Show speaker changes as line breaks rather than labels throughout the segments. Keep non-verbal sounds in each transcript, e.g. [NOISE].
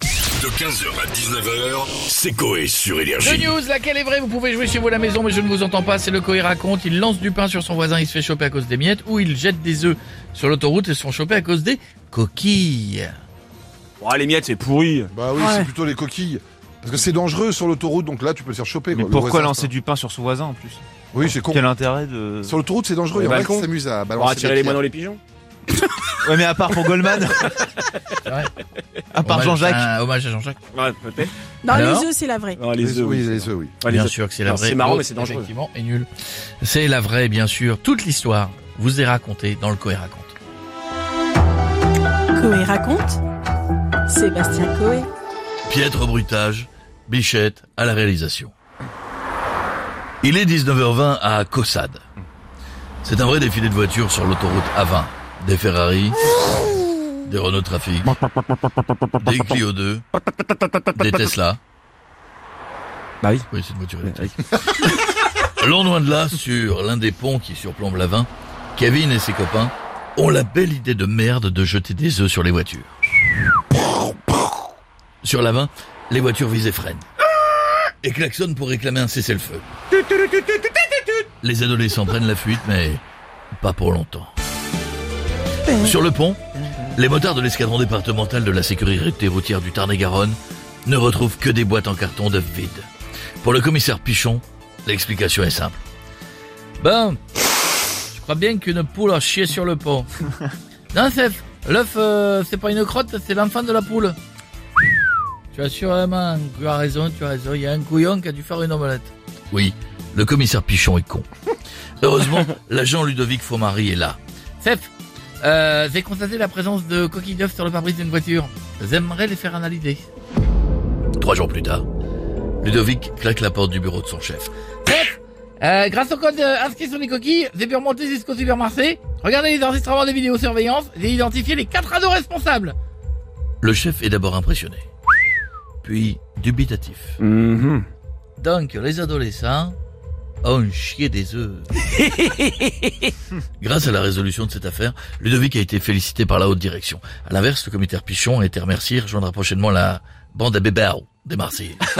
De 15h à 19h, c'est Coé sur
Le
Énergie.
news, laquelle est vraie Vous pouvez jouer chez vous à la maison, mais je ne vous entends pas. C'est le Coé raconte. Il lance du pain sur son voisin, il se fait choper à cause des miettes, ou il jette des œufs sur l'autoroute et se font choper à cause des coquilles.
Oh, les miettes, c'est pourri.
Bah oui, c'est plutôt les coquilles. Parce que c'est dangereux sur l'autoroute, donc là tu peux te faire choper.
Mais
quoi. Le
pourquoi
voisin,
lancer
c'est-
du pain sur son voisin en plus
Oui, c'est con.
Quel intérêt de.
Sur l'autoroute, c'est dangereux.
Les
Il y en a qui
balcons.
s'amusent à
Pour
balancer.
attirer les
des
moines
pierres.
dans les pigeons.
Ouais, mais à part pour
[LAUGHS]
Goldman.
vrai.
à part
Hommage-
Jean-Jacques.
un hommage à Jean-Jacques.
Ouais, peut-être.
Dans
Alors
les œufs, c'est la vraie.
Non, Ah, les œufs.
Oui,
Oui.
les œufs, oui.
Ouais, les
bien
œufs.
sûr que c'est la
Alors,
vraie.
c'est marrant,
L'autre,
mais c'est dangereux.
Effectivement, est nul. C'est la vraie, bien sûr. Toute l'histoire vous est racontée dans le Coé raconte.
Coé raconte. Sébastien Coé.
Piètre bruitage, Bichette à la réalisation. Il est 19h20 à Caussade. C'est un vrai défilé de voitures sur l'autoroute A20. Des Ferrari, des Renault Trafic, des Clio 2, des Tesla.
Bah oui.
Oui, c'est une voiture électrique. [LAUGHS] L'an loin de là, sur l'un des ponts qui surplombe la 20, Kevin et ses copains ont la belle idée de merde de jeter des œufs sur les voitures. Sur la 20, les voitures visées freinent et klaxonnent pour réclamer un cessez-le-feu. Les adolescents prennent la fuite, mais pas pour longtemps. Sur le pont, les motards de l'escadron départemental de la sécurité routière du Tarn-et-Garonne ne retrouvent que des boîtes en carton d'œufs vides. Pour le commissaire Pichon, l'explication est simple.
Ben, je crois bien qu'une poule a chié sur le pont. non, c'est l'œuf, euh, c'est pas une crotte, c'est l'enfant de la poule. Tu as sûrement tu as raison, tu as raison. Il y a un couillon qui a dû faire une omelette.
Oui, le commissaire Pichon est con. [LAUGHS]
Heureusement, l'agent Ludovic Fomari est là. Seth, euh, j'ai constaté la présence de coquilles d'œufs sur le pare-brise d'une voiture. J'aimerais les faire analyser.
Trois jours plus tard, Ludovic claque la porte du bureau de son chef.
Seth, euh, grâce au code euh, inscrit sur les coquilles, j'ai pu remonter jusqu'au supermarché. Regardez les enregistrements des vidéosurveillance. J'ai identifié les quatre ados responsables.
Le chef est d'abord impressionné, puis dubitatif.
Mhm.
Donc, les adolescents ont chié des œufs.
Grâce à la résolution de cette affaire, Ludovic a été félicité par la haute direction. À l'inverse, le commissaire Pichon a été remercié et rejoindra prochainement la bande à Bébao des Marseillais.
[LAUGHS]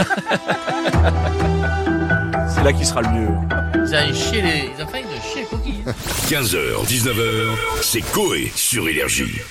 C'est là qui sera le mieux.
Ils ont chié les, ils ont failli de chier les coquilles.
15h, 19h, c'est Coé sur Énergie.